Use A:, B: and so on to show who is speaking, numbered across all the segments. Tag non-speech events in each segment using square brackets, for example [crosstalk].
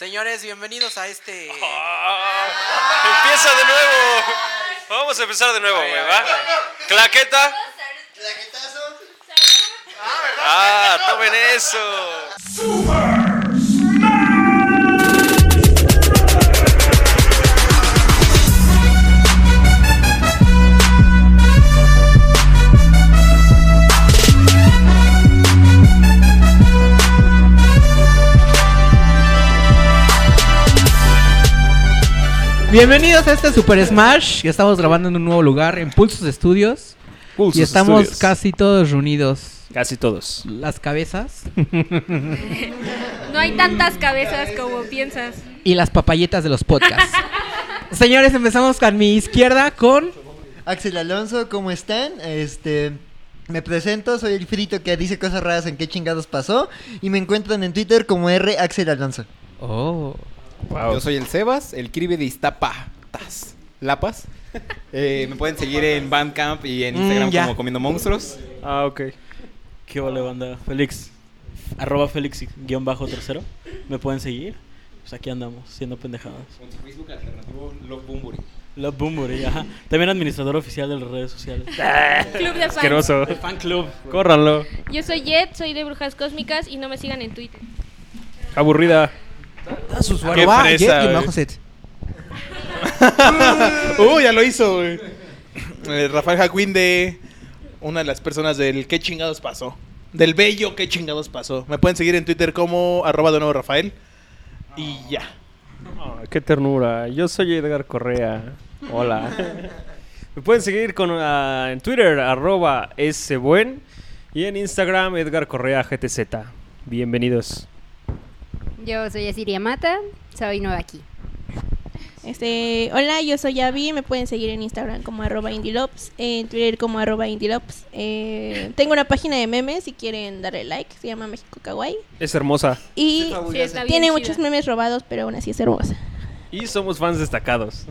A: Señores, bienvenidos a este.
B: Ah, empieza de nuevo. Vamos a empezar de nuevo,
A: Ay,
B: güey,
A: ay,
B: ¿va? Claqueta.
C: Claquetazo.
B: Ah, tomen eso.
A: Bienvenidos a este Super Smash. Ya estamos grabando en un nuevo lugar, en Pulsos Estudios. y estamos casi todos reunidos.
B: casi todos.
A: Las cabezas
D: No hay tantas cabezas como piensas.
A: y las papayetas de los
B: [laughs]
A: podcasts. Señores, empezamos con mi izquierda con.
C: Axel Alonso, ¿cómo están? Este. Me presento, soy el frito que dice cosas raras en qué chingados pasó. Y me encuentran en Twitter como R Axel Alonso.
A: Oh.
B: Ah,
E: Yo soy el Sebas, el cribe de Iztapatas.
F: [laughs]
E: Lapas. Eh, me pueden seguir en Bandcamp y en
A: Mm,
E: Instagram
A: ya.
E: como Comiendo
F: [laughs]
E: Monstruos.
G: Ah, ok. ¿Qué vale, banda? Félix. Arroba Félix guión bajo tercero. ¿Me pueden seguir? Pues aquí andamos, siendo pendejadas.
E: Con su Facebook alternativo Love Bumburi.
G: Love Boomery, ajá. También administrador oficial de las redes sociales.
D: Club de fans.
B: Asqueroso.
G: [laughs] El fan club.
B: Córranlo.
D: Yo soy Jet, soy de Brujas Cósmicas y no me sigan en Twitter.
B: Aburrida.
A: Sus
B: Qué
A: barba,
B: fresa,
A: Jet y
B: güey.
A: bajo set.
F: Uh, ya lo hizo, güey. Eh, Rafael Jaquín de una de las personas del ¿Qué chingados pasó? Del bello ¿Qué chingados pasó? Me pueden seguir en Twitter como arroba de nuevo Rafael. Y ya.
B: Ah, qué ternura. Yo soy Edgar Correa. Hola. Me pueden seguir con, ah, en Twitter, arroba sbuen. Y en Instagram, Edgar Correa GTZ. Bienvenidos.
H: Yo soy Asiria Mata, soy nueva aquí.
I: Este, hola, yo soy Abby, me pueden seguir en Instagram como arroba indilops, en Twitter como arroba indilops. Eh, tengo una página de memes si quieren darle like, se llama México Kawaii.
B: Es hermosa.
I: Y
D: Sí, está bien
I: tiene
D: chida.
I: muchos memes robados, pero aún así es hermosa.
B: Y somos fans destacados.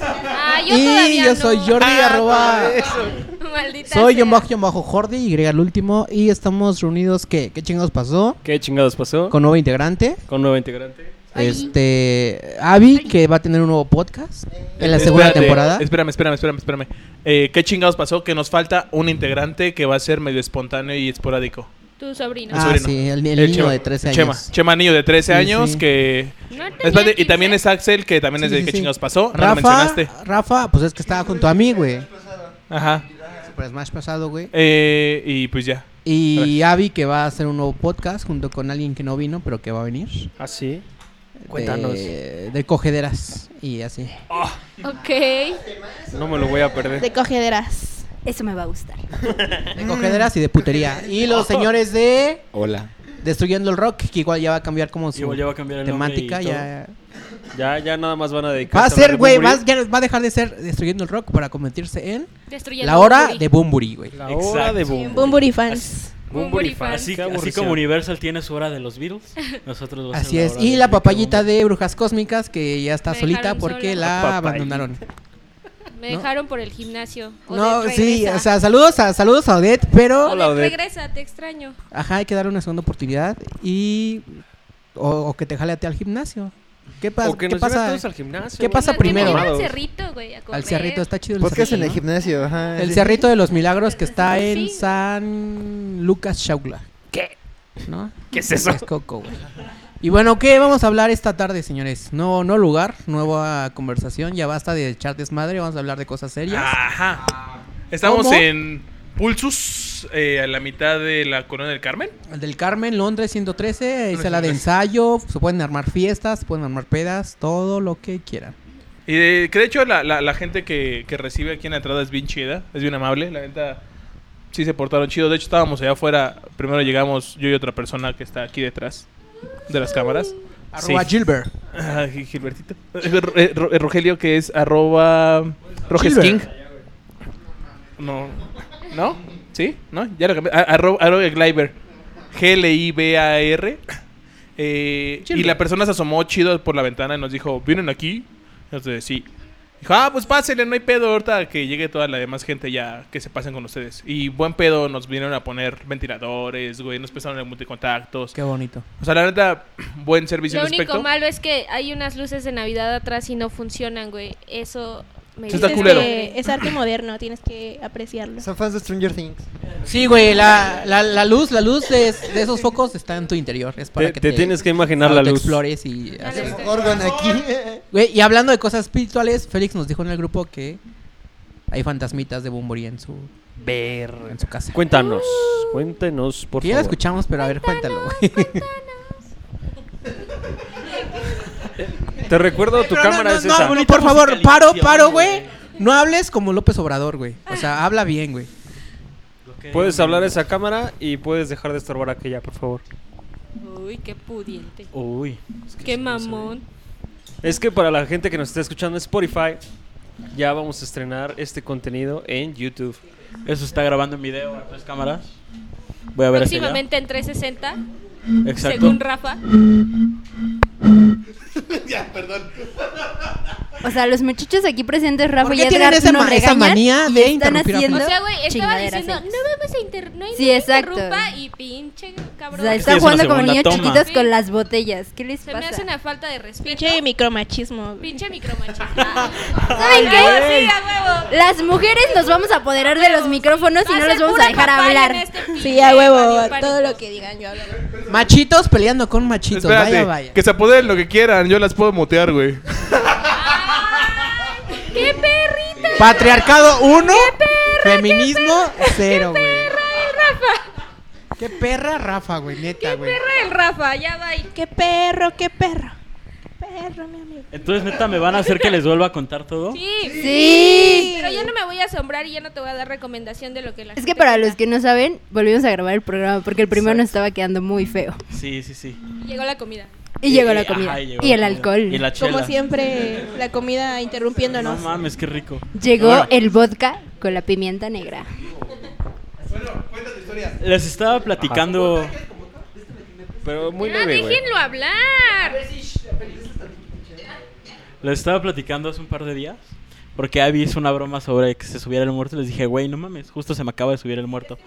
D: Ah, yo
A: Y
D: todavía
A: yo
D: no.
A: soy Jordi,
B: Ah,
A: arroba.
D: [laughs] Maldita
A: Soy
D: sea.
A: yo bajo, guión bajo Jordi, Y al último. Y estamos reunidos. ¿Qué, qué chingados pasó?
B: ¿Qué chingados pasó?
A: Con nuevo integrante.
B: Con nuevo integrante.
H: Ay.
A: Este. Avi, que va a tener un nuevo podcast en la segunda
F: Espérate,
A: temporada.
F: Espérame, espérame, espérame, espérame. Eh, ¿Qué chingados pasó? Que nos falta un integrante que va a ser medio espontáneo y esporádico.
D: Tu sobrino.
A: Ah,
F: sobrino.
A: sí, el, el
F: El
A: niño
F: Eh, Chema-
A: de 13
F: Chema,
A: años.
F: Chema niño de
A: Sí,
F: 13 años
A: sí.
F: que...
D: No tenía
F: Espérate, y
D: 15.
F: también es Axel que también es
A: Sí,
F: de
A: sí,
F: ¿Qué
A: sí.
F: chingados pasó? No lo
A: Rafa,
F: mencionaste.
A: Rafa, pues es que estaba junto a mí, güey.
F: Ajá.
A: Super Smash pasado, güey.
F: Eh, y pues ya.
A: Y Avi, que va a hacer un nuevo podcast junto con alguien que no vino, pero que va a venir.
B: Ah, sí.
A: De-
B: Cuéntanos.
A: De, cogederas y así.
D: Ok.
B: No me lo voy a perder.
I: De cogederas.
H: Eso me va a gustar.
A: De
G: Mm.
A: cogederas y de putería. Y
G: [laughs]
A: los señores de
E: Hola.
A: Destruyendo el Rock, que igual ya va a cambiar como su
G: Igual ya va a cambiar el
A: temática.
G: nombre y
A: ya-
B: Ya, ya nada más van a dedicar.
A: Va a ser, güey, va, ya va a dejar de ser Destruyendo el Rock para convertirse en
D: Destruyendo
A: La Hora
D: Bumburi.
A: de Bumburi, güey.
B: La
G: Exacto.
B: hora de boom.
I: Bumburi fans.
D: Bumburi fan.
G: Así,
B: Qué
G: así
B: aburrición.
G: como Universal tiene su hora de los Beatles, nosotros va a ser
A: Así es.
G: hora
A: Y
G: de
A: la
G: Ricky
A: papayita
G: Boom.
A: de Brujas Cósmicas, que ya está
D: Me
A: solita
D: dejaron
A: porque
D: sola.
A: la
B: Papayita.
A: abandonaron.
D: Me dejaron por el gimnasio.
A: No,
D: Odette,
A: sí,
D: regresa.
A: o sea, saludos a, saludos a Odette, pero...
B: Hola,
D: Odette,
B: Odette.
D: regresa, te extraño.
A: Ajá, hay que dar una segunda oportunidad y... O, o que te jale a ti al gimnasio. ¿Qué, pa-
B: O
A: qué
B: que nos lleven
A: pasa?
B: todos al gimnasio.
A: ¿Qué pasa
D: Nos
A: primero?
D: llevan Al
B: Mamados.
D: cerrito, güey, a
A: Al
D: comer.
A: cerrito, está chido el
C: Podcast
A: cerrito.
C: Pues en el
A: ¿no?
C: gimnasio, ajá.
A: El
C: sí.
A: cerrito de los milagros que está
D: Sí.
A: en San Lucas Chaula. ¿Qué? ¿No?
B: ¿Qué es eso?
A: Es Coco, güey. Y bueno, ¿qué vamos a hablar esta tarde, señores? No, no lugar, nueva conversación. Ya basta de echar desmadre, vamos a hablar de cosas serias.
F: Ajá. Estamos
A: ¿Cómo?
F: en Pulsus, eh, a la mitad de la Corona del Carmen.
A: El del Carmen, Londres 113, es la de ensayo. Se pueden armar fiestas, se pueden armar pedas, todo lo que quieran.
F: Y de, que de hecho la, la- la gente que, que recibe aquí en la entrada es bien chida, es bien amable. La neta sí se portaron chido. De hecho estábamos allá afuera. Primero llegamos yo y otra persona que está aquí detrás de las cámaras.
A: Arroba Gilbert.
F: Ah, Gil- Gilbertito. Eh, Ro- eh, Ro- eh, Rogelio que es arroba Roges King.
A: Gilbert.
F: No. ¿No? ¿Sí? ¿No? Ya lo cambié. A- Arroba, arroba Gliber. G-L-I-B-A-R. Eh, y
A: Gilbert.
F: la persona se asomó chido por la ventana y nos dijo, ¿vienen aquí? Entonces, sí. Dijo, ah, pues pásenle, no hay pedo. Ahorita que llegue toda la demás gente ya que se pasen con ustedes. Y buen pedo, nos vinieron a poner ventiladores, güey. Nos pasaron el multicontactos.
A: Qué bonito.
F: O sea, la neta, [clears throat] buen servicio
D: Lo
F: al respecto.
D: único malo es que hay unas luces de Navidad atrás y no funcionan, güey. Eso me
F: Sí, está
I: Es
D: dio-
F: culero.
I: que es arte moderno, tienes que apreciarlo.
C: Son fans de Stranger Things.
A: Sí, güey, la, la, la luz, la luz de, de esos focos está en tu interior. Es para
B: Te,
A: que
B: te tienes que imaginar
A: para
B: la
A: que
B: luz.
A: explores y haces-
D: Este-
C: Orgon aquí.
A: Güey, y hablando de cosas espirituales, Félix nos dijo en el grupo que hay fantasmitas de Bumburi en su ver en su casa.
B: Cuéntanos, cuéntenos, por
A: Que ya la
B: favor.
A: escuchamos, pero a ver, cuéntalo, güey.
B: Te recuerdo, tu
A: Pero no,
B: cámara
A: no,
B: es
A: no,
B: esa.
A: no,
G: Bonita
A: por favor, paro,
G: musicalización,
A: paro, güey.
G: güey.
A: No hables como López Obrador, güey. O sea, habla bien, güey.
B: Puedes hablar a esa cámara y puedes dejar de estorbar aquella, por favor.
D: Uy, qué pudiente.
G: Uy.
D: Qué mamón.
B: Es que para la gente que nos está escuchando en Spotify, ya vamos a estrenar este contenido en YouTube.
G: Eso está grabando en video a tres cámaras. Voy a ver hacia allá.
D: Próximamente en 360,
G: Exacto.
D: según Rafa.
H: O sea, los muchachos aquí presentes, Rafa
A: ¿Por
H: y
A: qué tienen
H: Edgar,
A: esa
H: nos
A: ma- esa
H: regañan
A: manía
H: y
A: de
H: están
A: interrumpir a
H: haciendo
D: O sea, güey, estaba
H: chingaderas eh,
D: diciendo, no
H: hechas.
D: vamos a inter... no,
H: Sí,
D: no
H: exacto.
D: interrumpa y pinche cabrón.
H: O sea,
G: Es que
H: están
G: es una
H: jugando como
G: segunda
H: niños
G: toma.
H: chiquitos
D: Sí.
H: con las botellas. ¿Qué les
D: Se me hace
H: pasa?
D: una falta de respeto.
I: Pinche micromachismo. güey.
D: Pinche
H: [laughs]
D: micromachismo.
H: ¿Saben
D: Ah,
H: qué?
D: Sí, a huevo.
H: Las mujeres nos vamos a apoderar de los micrófonos y
D: Va
H: no
D: ser
H: los vamos
D: pura
H: a dejar
D: papaya
H: hablar.
D: en este
I: Sí,
D: pinche
I: a huevo,
D: variopánico.
I: todo lo que digan yo hablo.
A: Machitos peleando con machitos,
F: Espérate,
A: vaya, vaya.
F: que se apoderen lo que quieran. Yo las puedo motear, güey.
D: ¡Qué perrita!
A: Patriarcado 1, feminismo 0, güey. Qué perra Rafa, güey, neta, güey.
D: Perra el Rafa, ya va ahí.
I: Qué perro, qué perro. Perro, mi amigo.
G: Entonces, neta, ¿me van a hacer que les vuelva a contar todo?
D: Sí.
H: Sí.
D: Pero yo no me voy a asombrar y ya no te voy a dar recomendación de lo que la
H: Es
D: gente
H: que para
D: opina.
H: los que no saben, volvimos a grabar el programa porque el primero nos estaba quedando muy feo.
G: Sí, sí, sí.
D: Llegó la comida.
H: Y llegó la
G: ajá,
H: comida.
G: y llegó
H: y
G: la
H: el
G: comida.
H: alcohol.
G: Y la chela.
I: Como siempre, la comida
G: No
I: interrumpiéndonos.
G: mames, qué rico.
H: Llegó el vodka con la pimienta negra.
G: Les estaba platicando.
B: Pero muy
D: ¡Ah,
B: leve, güey.
D: déjenlo hablar!
G: Les estaba platicando hace un par de días. Porque Abby hizo una broma sobre que se subiera el muerto. Les dije, güey, no mames, justo se me acaba de subir el muerto.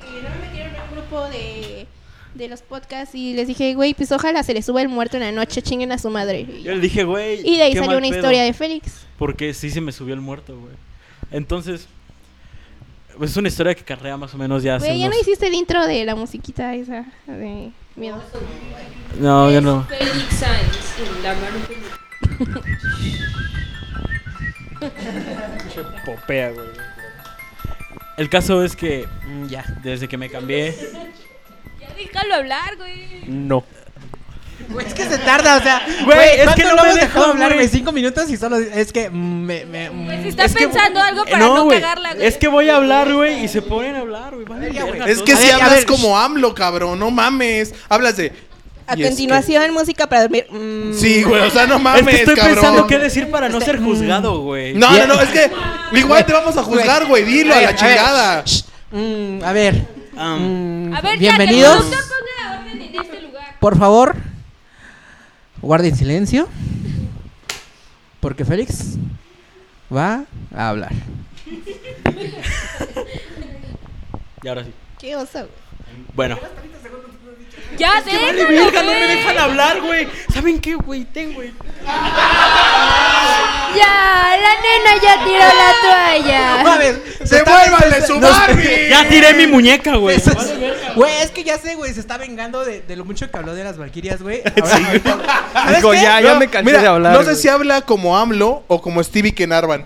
I: Y no me metieron en un grupo de, de los podcasts y les dije, güey, pues ojalá se les suba el muerto en la noche, chinguen a su madre. Y,
G: Yo le dije, güey.
I: y de ahí
G: qué
I: salió
G: mal
I: una
G: pedo".
I: historia de Félix.
G: Porque sí se me subió el muerto, güey. Entonces, pues es una historia que carrea más o menos ya hace
I: Güey, ya no
G: unos-
I: hiciste el intro de la musiquita esa de miedo.
G: No, yo no.
D: Felix Sainz en la mano.
B: Popea, güey.
G: El caso es que
A: Mm, Ya.
G: desde que me cambié,
D: Ya déjalo hablar, güey.
B: No.
A: Güey, es que se tarda, o sea.
B: Güey,
A: Güey,
B: es
A: es
B: que
A: que
B: no
A: lo
B: me
A: hemos
B: dejó,
A: dejado hablar,
B: güey.
A: güey, cinco minutos y solo. Es que. mm, me- me-
D: Pues
A: mm,
D: estás
A: es que-
D: pensando algo para
B: no,
D: no,
B: güey.
D: cagarla, güey.
G: eh, es que voy a hablar, güey, y se ponen a hablar, güey. vale verga
A: güey.
G: todo.
A: A ver, a ver, shh.
F: AMLO, cabrón. No mames. Hablas de.
I: A
F: Y es
I: continuación, música para dormir. Mm.
F: Sí, güey. O sea, no
G: Es
F: mames,
G: que estoy
F: cabrón.
G: pensando qué decir para no ser juzgado, güey.
F: No, no, no. Es que igual te vamos a juzgar, güey. Dilo a
A: ver,
F: la
A: ver,
F: chingada.
A: shh, mm, A ver.
G: Am,
F: Um,
A: mm,
D: A ver,
A: bienvenidos.
D: ya, que el productor ponga orden en este lugar.
A: Por favor, guarden silencio. Porque Félix va a hablar.
G: y ahora sí.
I: Qué oso, güey.
G: Bueno.
D: Ya, déjalo,
G: Verga, no me
D: güey.
G: dejan hablar, güey. ¿Saben qué, güey? Ten, güey.
H: Ya, la nena ya tiró la
A: Ah,
H: toalla.
F: ¡Se vuelvan de su Barbie!
G: Ya tiré mi muñeca, güey.
A: Eso es- Güey, es que ya sé, güey, se está vengando de, de lo mucho que habló de las Valquirias,
G: [laughs]
A: güey. Ahora- ¿Sabes
B: Digo,
A: qué?
B: ya, ya me cansé
F: mira,
B: de hablar.
F: No sé
B: güey.
F: si habla como AMLO o como Stevie Kenarvan.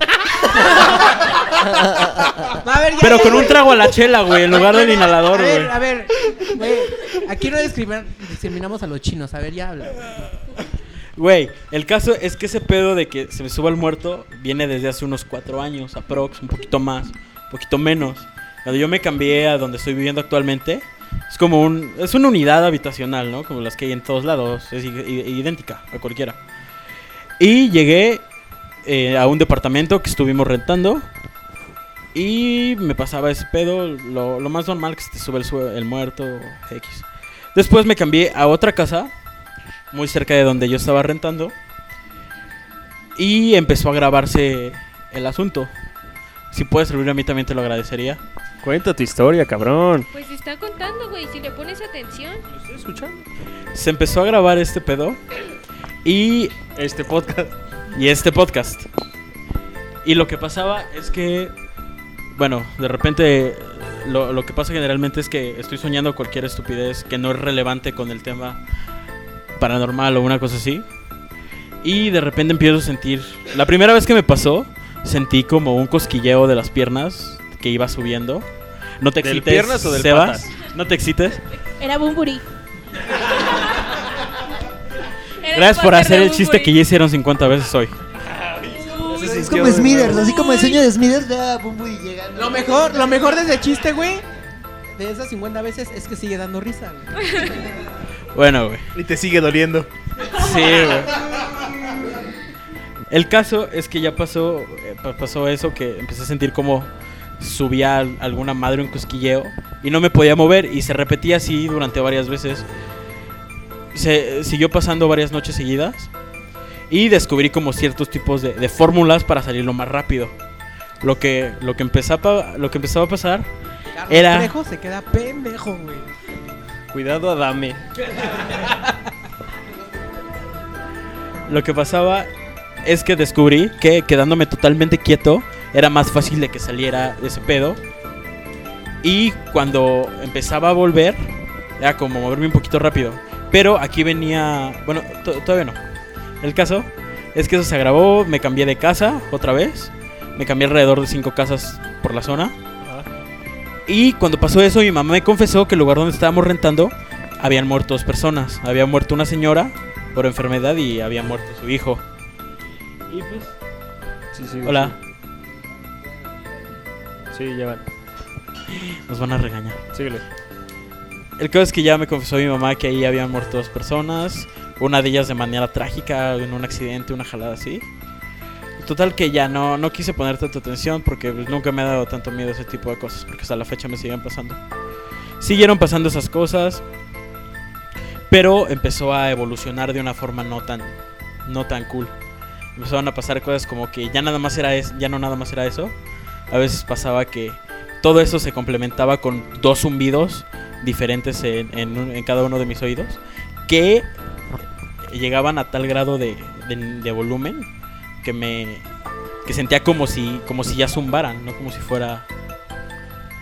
A: No, a ver, ya,
G: Pero
A: ya,
G: con
A: güey.
G: un trago a la chela, güey, en lugar del inhalador,
A: A
G: güey.
A: ver, a ver, güey, aquí no discriminan- discriminamos a los chinos, a ver, ya habla.
G: Güey, el caso es que ese pedo de que se me suba el muerto viene desde hace unos cuatro años, aprox, un poquito más, un poquito menos. Cuando yo me cambié a donde estoy viviendo actualmente, es como un, es una unidad habitacional, ¿no? Como las que hay en todos lados, es i- i- idéntica a cualquiera. Y llegué eh, a un departamento que estuvimos rentando y me pasaba ese pedo, lo, lo más normal que se te sube el, sue- el muerto, X. Después me cambié a otra casa muy cerca de donde yo estaba rentando. Y empezó a grabarse el asunto. Si puedes servir a mí también te lo agradecería.
B: Cuenta tu historia, cabrón.
D: Pues te está contando, güey, si le pones atención.
B: ¿Estoy escuchando?
G: Se empezó a grabar este pedo y,
B: Este podcast.
G: y este podcast. Y lo que pasaba es que, bueno, de repente lo, lo que pasa generalmente es que estoy soñando cualquier estupidez que no es relevante con el tema paranormal o una cosa así. Y de repente empiezo a sentir, la primera vez que me pasó, sentí como un cosquilleo de las piernas que iba subiendo. No te
B: ¿Del
G: excites,
B: piernas o del
G: Sebas. No te excites.
I: Era Bumburi.
G: Gracias por hacer el chiste que ya hicieron 50 veces hoy.
C: [laughs] Es como Smithers, así como el sueño de Smithers, da Bumbury llegando.
A: Lo mejor, lo mejor de ese chiste, güey. De esas 50 veces es que sigue dando risa, güey.
G: Bueno, güey.
F: Y te sigue doliendo.
G: Sí, güey. El caso es que ya pasó, eh, pa- pasó eso que empecé a sentir como subía al- alguna madre un cosquilleo y no me podía mover y se repetía así durante varias veces. Se eh, siguió pasando varias noches seguidas y descubrí como ciertos tipos de, de fórmulas para salirlo más rápido. Lo que, lo que, empezaba, lo que empezaba a pasar
A: Carlos
G: [laughs] Era-
A: Trejo se queda pendejo, güey.
B: Cuidado, Adame.
G: Lo que pasaba es que descubrí que quedándome totalmente quieto era más fácil de que saliera ese pedo. Y cuando empezaba a volver, era como moverme un poquito rápido. Pero aquí venía... Bueno, to- todavía no. El caso es que eso se agravó, me cambié de casa otra vez. Me cambié alrededor de cinco casas por la zona. Y cuando pasó eso, mi mamá me confesó que el lugar donde estábamos rentando habían muerto dos personas. Había muerto una señora por enfermedad y había muerto su hijo. Y pues,
B: Sí, sí,
G: hola,
B: Sí, ya van.
G: nos van a regañar.
B: Síguele.
G: El caso es que ya me confesó mi mamá que ahí habían muerto dos personas. Una de ellas de manera trágica, en un accidente, una jalada así. Total que ya no, no quise poner tanta atención porque pues, nunca me ha dado tanto miedo ese tipo de cosas, porque hasta la fecha me siguen pasando. Siguieron pasando esas cosas, pero empezó a evolucionar de una forma no tan, no tan cool. Empezaron a pasar cosas como que ya nada más era es, ya no nada más era eso. A veces pasaba que todo eso se complementaba con dos zumbidos diferentes en, en un- en cada uno de mis oídos que llegaban a tal grado de, de- de volumen que me que sentía como si como si ya zumbaran no como si fuera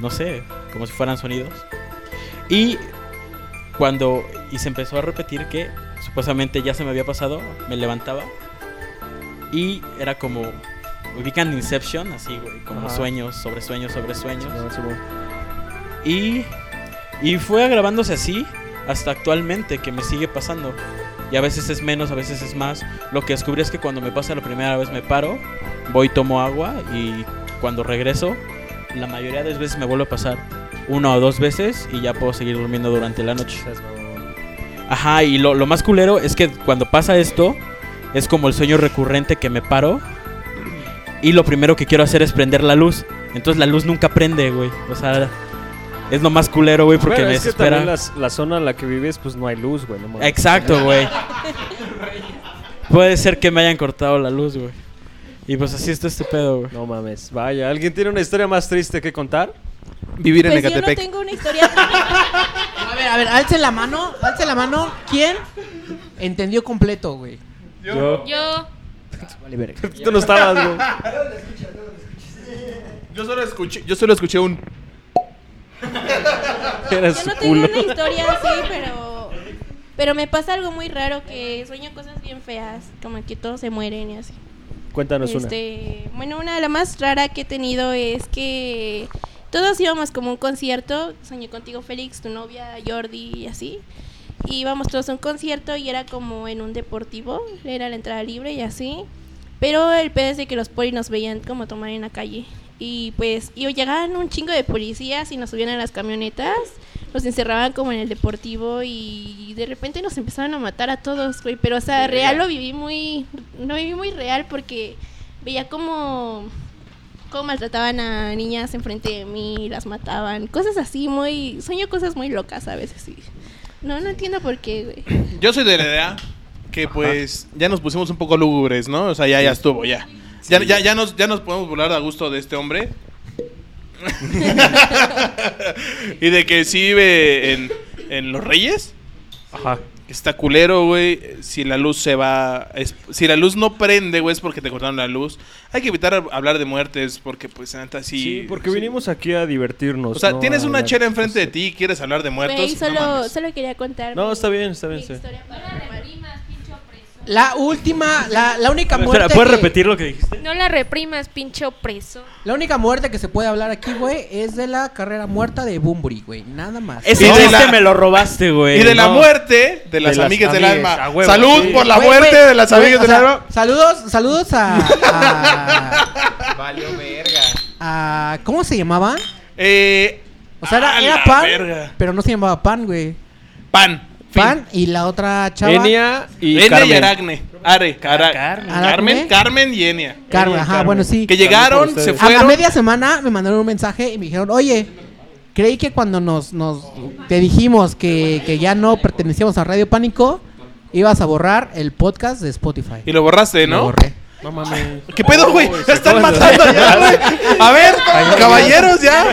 G: no sé como si fueran sonidos y cuando y se empezó a repetir que supuestamente ya se me había pasado me levantaba y era como ubican Inception así güey como
B: Ajá.
G: sueños sobre sueños sobre sueños
B: No, sí, bueno.
G: y, y fue agravándose así hasta actualmente, que me sigue pasando. Y a veces es menos, a veces es más. Lo que descubrí es que cuando me pasa la primera vez me paro, voy, tomo agua y cuando regreso, la mayoría de las veces me vuelve a pasar una o dos veces y ya puedo seguir durmiendo durante la noche. Ajá, y lo, lo más culero es que cuando pasa esto, es como el sueño recurrente que me paro y lo primero que quiero hacer es prender la luz. Entonces la luz nunca prende, güey. O sea, es lo más culero, güey, porque
B: Bueno,
G: me
B: es que
G: desespera.
B: también las- la zona en la que vives, pues no hay luz, güey. No mames.
G: Exacto, [laughs] güey. Puede ser que me hayan cortado la luz, güey. Y pues así está este pedo, güey.
B: No mames. Vaya, ¿alguien tiene una historia más triste que contar?
E: Vivir en
I: Pues yo no
E: Ecatepec.
I: tengo una historia.
A: A ver, a ver, alce la mano, alce la mano. ¿Quién entendió completo, güey?
B: Yo.
D: Yo,
A: Vale, verga.
B: [laughs] Tú no estabas, güey.
F: Yo solo escuché, yo solo escuché un.
B: [laughs] Era
I: Yo
B: su
I: no tengo
B: culo.
I: una historia así, pero. Pero me pasa algo muy raro que sueño cosas bien feas, como que todos se mueren y así.
B: Cuéntanos una.
I: Este, Bueno, una de las más rara que he tenido es que todos íbamos como a un concierto, soñé contigo Félix, tu novia, Jordi y así. Y íbamos todos a un concierto y era como en un deportivo, era la entrada libre y así. Pero el pedo es de que los polis nos veían como tomar en la calle. Y pues y llegaban un chingo de policías y nos subían a las camionetas, nos encerraban como en el deportivo y de repente nos empezaron a matar a todos, güey. Pero o sea, real lo viví muy, no viví muy real porque veía como cómo maltrataban a niñas enfrente de mí, las mataban, cosas así muy, sueño cosas muy locas a veces sí. No, no entiendo por qué, güey.
F: Yo soy de la idea que pues ya nos pusimos un poco lúgubres, ¿no? O sea, ya, ya estuvo, ya. Ya, ya, ya nos, ya nos podemos burlar a gusto de este hombre.
B: [laughs]
F: [laughs] y de que sí vive en, en Los Reyes.
B: Ajá.
F: Está culero, güey. Si la luz se va. es- si la luz no prende, güey, es porque te cortaron la luz. Hay que evitar hab- hablar de muertes, porque, pues, neta, sí.
B: Sí, porque vinimos aquí a divertirnos.
F: O sea,
B: no
F: tienes
B: a
F: una
B: hablar
F: chela
B: de
F: enfrente de
B: cosas.
F: ti y quieres hablar de muertos.
I: Güey,
F: no
I: solo,
F: mames.
I: solo quería contar.
B: No,
I: mi-
B: está bien, está bien.
I: mi
B: sí.
I: historia paranormal.
A: La última, la, la única
G: Espera,
A: muerte.
G: ¿puedes
A: que-
G: repetir lo que dijiste?
D: No la reprimas, pinche opreso.
A: La única muerte que se puede hablar aquí, güey, es de la carrera muerta de Bumburi, güey. Nada más.
G: Ese
F: Y de
G: chiste
F: la-
G: me lo robaste, güey.
F: Y de la
G: No.
F: muerte de las,
B: las
F: amigas del
B: amigues,
F: alma.
B: a huevo,
F: Salud
B: sí.
F: por la
A: Güey,
F: muerte
A: güey,
F: de las
A: güey,
F: amigas
A: o
F: del
A: sea,
F: alma.
A: Saludos, saludos a, a,
E: Valió verga.
A: a- ¿Cómo se llamaba?
F: Eh,
A: O sea, era,
F: a
A: era
F: la
A: Pan,
F: verga.
A: pero no se llamaba Pan, güey.
F: Pan. Fin.
A: Pan y la otra chava.
B: Enia y
F: Enia y
B: Carmen.
F: Aragne. Are, Ara- Carmen. Carmen,
A: Aragne.
F: y Enia.
A: Ah, Carmen,
B: Enia y
A: ajá,
B: Carmen.
A: bueno, sí.
F: Que llegaron,
B: ustedes.
F: se
A: A la
F: fueron.
A: media semana me mandaron un mensaje y me dijeron, oye, creí que cuando nos, nos te dijimos que, que ya no pertenecíamos a Radio Pánico, ibas a borrar el podcast de Spotify.
F: Y lo borraste,
A: Lo
F: ¿no?
A: borré.
B: No mames.
F: ¿Qué pedo, güey?
B: Uy,
F: Ya
B: se
F: están
B: acaban de-
F: matando ya, güey. A ver, caballeros, ya.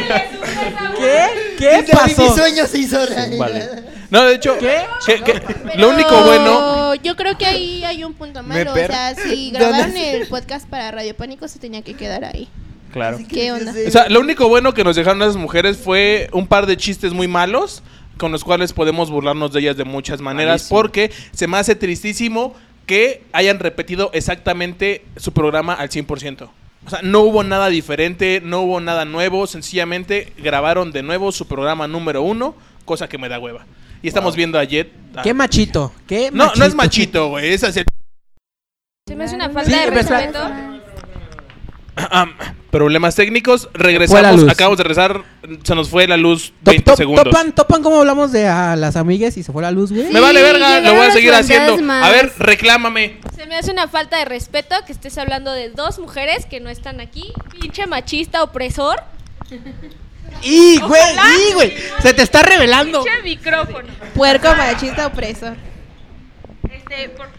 A: ¿Qué? ¿Qué
C: Ya vi mi
A: pasó?
C: sueño se hizo realidad.
B: Vale.
F: No, de hecho,
A: ¿Qué?
F: que- que-
I: Pero
F: lo único bueno.
I: Yo creo que ahí hay un punto
E: Me
I: malo. O
E: per-
F: [laughs]
I: sea, si
C: ¿Dónde
I: grabaron
C: se-
I: el podcast para Radio Pánico, se tenía que quedar ahí.
B: Claro.
I: ¿Qué onda?
F: O sea, lo único bueno que nos dejaron las mujeres fue un par de chistes muy malos con los cuales podemos burlarnos de ellas de muchas maneras
B: Malísimo.
F: porque se me hace tristísimo que hayan repetido exactamente su programa al 100%. O sea, no hubo nada diferente, no hubo nada nuevo, sencillamente grabaron de nuevo su programa número uno, cosa que me da hueva. Y estamos viendo a Jet. a-
A: ¿Qué machito? ¿Qué
F: no, no
A: machito.
F: es machito, güey, es hacia el
D: Se me hace una falta
A: Sí,
D: de
A: pero está-
D: respeto.
F: problemas técnicos.
A: la
F: Regresamos,
A: luz.
F: acabamos de regresar, se nos fue la luz
A: Top-
F: 20
A: top-
F: segundos.
A: topan, topan cómo hablamos de a las amigas y se fue la luz, güey.
F: Me vale
H: Sí,
F: verga, lo voy a
H: llegaron
F: seguir
H: los
F: haciendo.
H: fantasmas.
F: A ver, reclámame.
D: Se me hace una falta de respeto que estés hablando de dos mujeres que no están aquí. Pinche machista, opresor.
A: Y, güey,
D: Ojalá.
A: y, güey. Se te está revelando.
D: Pinche micrófono.
I: Puerco machista opresor.
D: Este, por-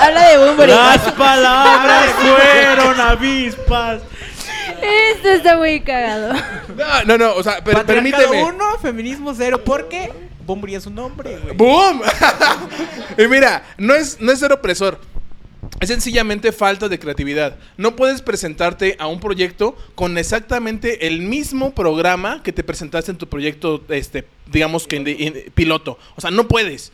I: Habla de
A: [laughs]
I: Bumburi.
G: Las palabras fueron avispas.
H: Esto está muy cagado.
F: No, no, no, o sea, per-
A: Patriarcado
F: permíteme.
A: uno, feminismo cero, porque Bumburi es un hombre, güey.
F: ¡Boom! [laughs] y mira, no es, no es ser opresor. Es sencillamente falta de creatividad. No puedes presentarte a un proyecto con exactamente el mismo programa que te presentaste en tu proyecto, este, digamos que en- en- piloto. O sea, no puedes.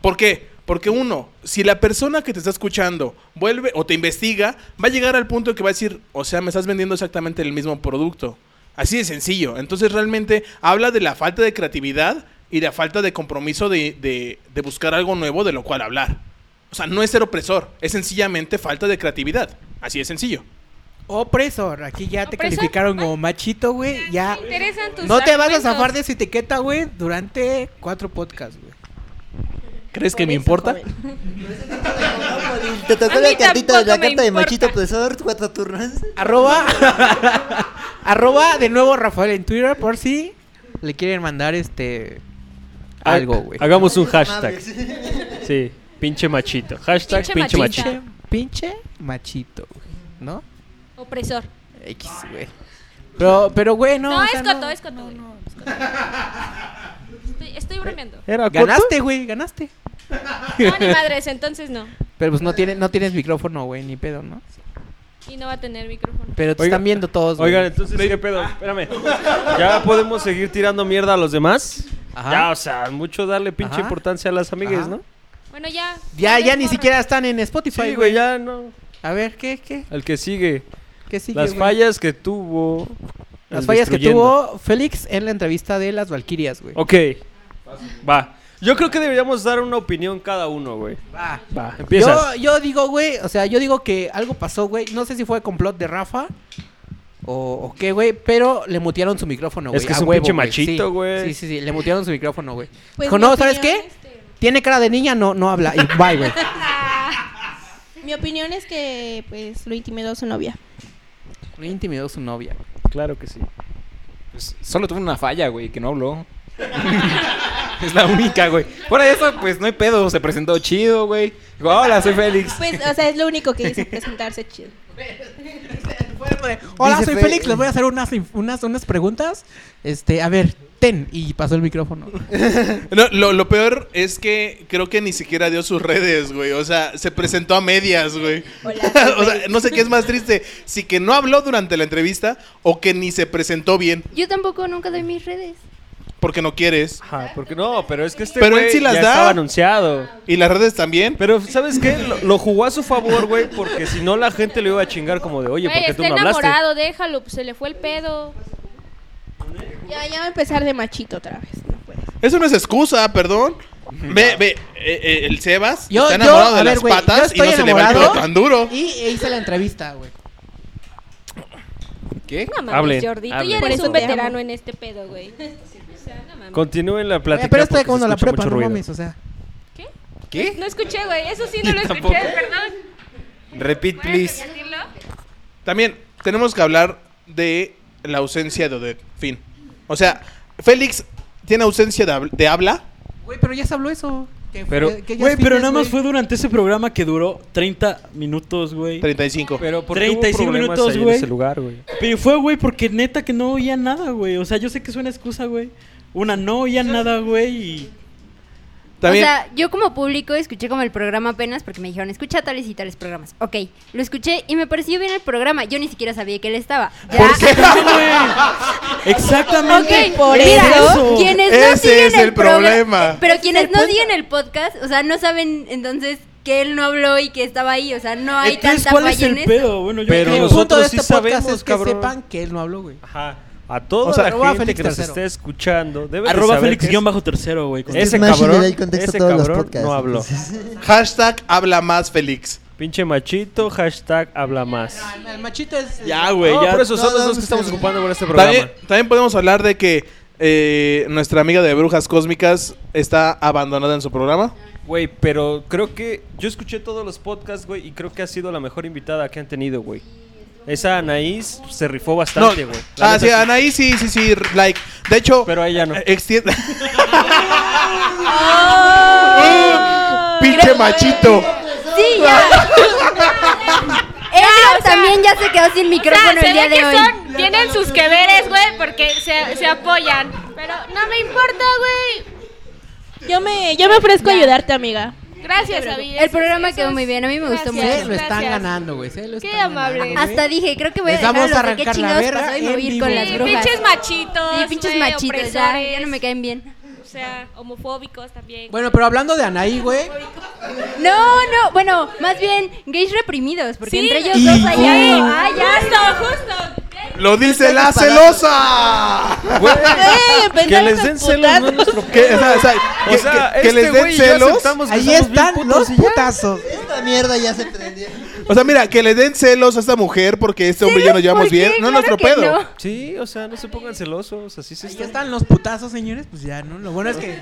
F: ¿Por qué? Porque uno, si la persona que te está escuchando vuelve o te investiga, va a llegar al punto que va a decir, o sea, me estás vendiendo exactamente el mismo producto. Así de sencillo. Entonces realmente habla de la falta de creatividad y la falta de compromiso de, de- de buscar algo nuevo de lo cual hablar. O sea, no es ser opresor, es sencillamente falta de creatividad. Así de sencillo.
A: Opresor, aquí ya te
D: Opresor. Ah.
A: calificaron como machito, güey. Ya.
D: me interesan tus
A: No te vas a
D: argumentos.
A: zafar de esa etiqueta, güey, durante cuatro podcasts, güey.
F: ¿Crees que
I: Por
F: me
I: eso,
F: importa?
I: joven.
C: Te tocó
D: A
C: la
D: mí
C: cartita de la
D: tampoco me
C: carta de machito
D: importa.
C: opresor, cuatro turnos.
A: Arroba. [laughs] arroba de nuevo Rafael en Twitter por si le quieren mandar este. Algo, güey.
B: Ah, Hagamos un
C: Amables.
B: hashtag. Sí, pinche machito. Hashtag
D: Pinche
B: pinche
D: machista.
B: machito.
A: Pinche, pinche machito, güey. ¿No?
D: Opresor.
A: X, güey. Pero, pero, güey, no.
D: No,
A: o
D: es
A: sea,
D: coto,
A: no.
D: es coto. güey. Estoy, estoy
A: [laughs]
D: bromeando.
B: ¿Era
A: Ganaste, güey, ganaste.
D: No, ni madres, entonces no.
A: Pero
D: Ah.
A: pues no, tiene, no tienes micrófono, güey, ni pedo, ¿no?
D: Y no va a tener micrófono.
A: Pero te
B: Oiga-
A: están viendo todos, güey.
B: Oigan, entonces, ¿qué pedo? Espérame. ¿Ya podemos seguir tirando mierda a los demás?
A: Ajá.
B: Ya, o sea, mucho darle pinche
A: Ajá.
B: importancia a las amigas,
A: Ajá.
B: ¿no?
D: Bueno, ya.
A: Ya,
D: no
A: ya
D: les
A: ni
D: borro.
A: siquiera están en Spotify,
B: Sí,
A: güey.
B: güey, ya no.
A: a ver, ¿qué, qué?
B: El que sigue.
A: ¿Qué sigue,
B: las
A: güey?
B: fallas que tuvo.
A: Las
B: el
A: fallas que
B: destruyendo.
A: tuvo Félix en la entrevista de las Valquirias, güey.
B: Ok. Va. Yo creo que deberíamos dar una opinión cada uno, güey.
A: Va.
B: Va.
A: Yo,
B: Empiezas.
A: yo digo, güey, o sea, yo digo que algo pasó, güey. No sé si fue complot de Rafa o, o qué, güey, pero le mutearon su micrófono, güey.
B: Es que es
A: a
B: un
A: huevo,
B: pinche
A: güey.
B: machito,
A: Sí,
B: güey.
A: Sí, sí, sí, le mutearon su micrófono, güey.
I: Pues
A: Dijo,
I: mi
A: no, ¿sabes
I: opinión,
A: qué?
I: este,
A: Tiene cara de niña, no, no habla. Y bye, [laughs] güey.
I: [laughs] mi opinión es que pues lo intimidó su novia.
A: Le intimidó su novia.
B: Claro que sí.
E: Pues, solo tuvo una falla, güey, que no habló. [laughs] es la única, güey. Por eso, pues no hay pedo. Se presentó chido, güey. Dijo, Hola, soy Félix.
I: Pues, o sea, es lo único que dice presentarse chido.
A: eh. Hola,
C: Dice
A: soy
C: Fe-
A: Félix, les voy a hacer unas, inf- unas, unas preguntas. Este, a ver, ten. Y pasó el micrófono.
F: No, lo, lo peor es que creo que ni siquiera dio sus redes, güey. O sea, se presentó a medias, güey.
I: Hola,
F: [laughs] o sea, no sé qué es más triste. Si que no habló durante la entrevista o que ni se presentó bien
H: Yo tampoco nunca doy mis redes.
F: porque no quieres.
B: Ajá, porque no, pero es que este
F: Pero él
B: güey
F: sí las
B: ya
F: da.
B: estaba anunciado.
F: Y las redes también.
B: Pero, ¿sabes qué? Lo, lo jugó a su favor, güey, porque si no la gente le iba a chingar como de, oye, ¿por
D: Güey,
B: qué tú
D: está
B: no hablaste?
D: enamorado, déjalo, pues se le fue el pedo.
I: Ya, ya va a empezar de machito otra vez. No puedes.
F: Eso no es excusa, perdón. Ve, ve, eh, eh, el Sebas
A: Yo-
F: está
A: yo,
F: enamorado
A: a
F: de
A: ver,
F: las
A: güey, yo
F: patas y
A: estoy
F: no se le va el pedo
A: enamorado.
F: tan duro.
A: [laughs] Y e hice la entrevista, güey.
E: ¿Qué?
D: No mames,
B: Hablen,
D: Jordi, tú
B: hablen,
D: ya
I: por
D: eres
I: favor.
D: un veterano en este pedo, [laughs] güey. O sea, no mames.
B: Continúen la plática.
A: Oye, Eh, pero esto
B: porque
A: de
B: se
A: cuando la
B: escucha
A: prepa,
B: mucho
A: no
B: ruido.
A: mames, o sea.
E: ¿Qué?
D: No escuché, güey, eso sí no lo escuché,
E: tampoco.
D: perdón.
E: Repeat,
D: ¿Puedes
E: please.
D: repetirlo?
F: También tenemos que hablar de la ausencia de Odette. Fin. O sea, Félix tiene ausencia de, habl- de habla.
A: Güey, pero ya se habló eso. Que fue-
B: Pero-
A: que ya
G: Güey,
A: es
G: pero
A: fitness,
G: nada más
A: güey.
G: fue durante ese programa que duró 30 minutos, güey.
F: 35.
B: Pero ¿por qué hubo
G: 35
B: problemas
G: minutos,
B: ahí en
G: güey.
B: ese lugar, güey?
G: Pero fue, güey, porque neta que no oía nada, güey. O sea, yo sé que es una excusa, güey. Una, no oía nada, güey. Y...
F: También.
H: O sea, yo como público escuché como el programa apenas porque me dijeron, escucha tales y tales programas. Ok, lo escuché y me pareció bien el programa. Yo ni siquiera sabía que él estaba. Ya.
G: ¿Por qué, güey? Exactamente.
H: Ok,
G: por
H: mira,
G: eso.
H: quienes no
F: Ese
H: siguen
F: es el
H: programa-
F: problema.
H: Pero quienes no siguen el podcast, o sea, no saben entonces que él no habló y que estaba ahí. O sea, no hay
G: Entonces,
H: tanta
G: ¿cuál
H: falla
G: es el
H: en eso.
G: pedo? Bueno, yo
B: Pero
A: El
G: creo-
A: punto de
B: nosotros
A: este
B: sí
A: podcast
B: sabemos,
A: es que
B: cabrón.
A: sepan que él no habló, güey.
B: Ajá. A toda
A: O sea,
B: la
A: arroba
B: gente
A: Félix
B: que nos
A: tercero.
B: esté escuchando, debe de
G: Arroba
B: saber
G: Félix
B: que Eh,
G: guión bajo tercero, güey. con-
B: ese
C: Smash y le
B: cabrón-
C: da el contexto
B: ese
C: a todos los
B: cabrón
C: podcasts,
B: no habló.
C: entonces.
F: Hashtag habla más, Félix.
B: Pinche machito, hashtag habla más.
A: Ah, El machito es.
G: Ya, güey,
B: No,
G: ya.
B: por eso son
C: No,
B: los
C: no,
B: dos que
C: pues,
B: estamos
C: sí.
B: ocupando por este
F: También,
B: programa.
F: también podemos hablar de que eh, nuestra amiga de Brujas Cósmicas está abandonada en su programa.
B: Güey, pero creo que yo escuché todos los podcasts, güey, y creo que ha sido la mejor invitada que han tenido, güey. Esa Anaís se rifó bastante,
F: No.
B: güey. La
F: Ah,
B: neta,
F: sí, Anaí, sí, sí, sí, like. De hecho,
B: Pero a ella no. [laughs]
F: extiende. Pinche machito.
H: Sí,
A: [laughs]
H: ya.
I: Ah,
H: [laughs] Ebro también ya se quedó sin
D: O sea,
H: micrófono
D: se
H: el día
D: ve
H: de
D: que
H: hoy.
D: son, tienen sus que veres, güey, porque se, se apoyan. Pero no me importa, güey.
I: Yo me, yo me ofrezco a ayudarte, amiga.
D: Gracias, Avi.
H: El programa quedó muy bien, a mí me gustó
A: Se
D: Gracias.
H: mucho.
A: Este lo están
D: gracias.
A: ganando, güey. se lo
D: Qué
A: están ganando,
D: amables.
A: güey.
H: Hasta dije, creo que voy
A: Les
H: a
A: vamos
H: dejar
A: a
H: lo que qué
A: arrancar la
H: chingados
A: verga
H: pasó y
A: en
H: me voy a ir
A: vivo.
H: con las
D: Sí,
H: brujas.
D: pinches machitos.
H: Sí, pinches
D: güey,
H: machitos, ya, ya no
D: opresores,
H: me caen bien.
D: O sea, homofóbicos también.
A: Bueno, pero hablando de Anaí, güey.
H: No, no, bueno, más bien gays reprimidos, porque
D: Sí,
H: entre ellos
A: y-
H: dos hay algo.
A: ¡Oh!
H: Ay, ya,
D: justo, justo.
F: Lo dice la celosa.
B: [laughs]
I: Güey,
B: Que les den celos, no es nuestro
F: Que, o sea, o sea,
B: O
F: que-
B: sea,
F: que- que
B: este
F: les den
B: güey y yo
F: celos.
B: aceptamos que
A: Ahí
B: somos bien
A: están los
B: putos y ya.
A: putazos.
C: [laughs] Esta mierda ya se prendió.
F: O sea, mira, que le den celos a esta mujer porque este hombre y yo nos llevamos
H: ¿por qué?
F: bien. No es
H: Claro
F: nuestro
H: que
F: pedo.
H: no.
B: Sí, o sea, no se pongan celosos, así se
A: Ahí
B: está.
A: Pues están los putazos, señores. Pues ya, ¿no? Lo bueno es que.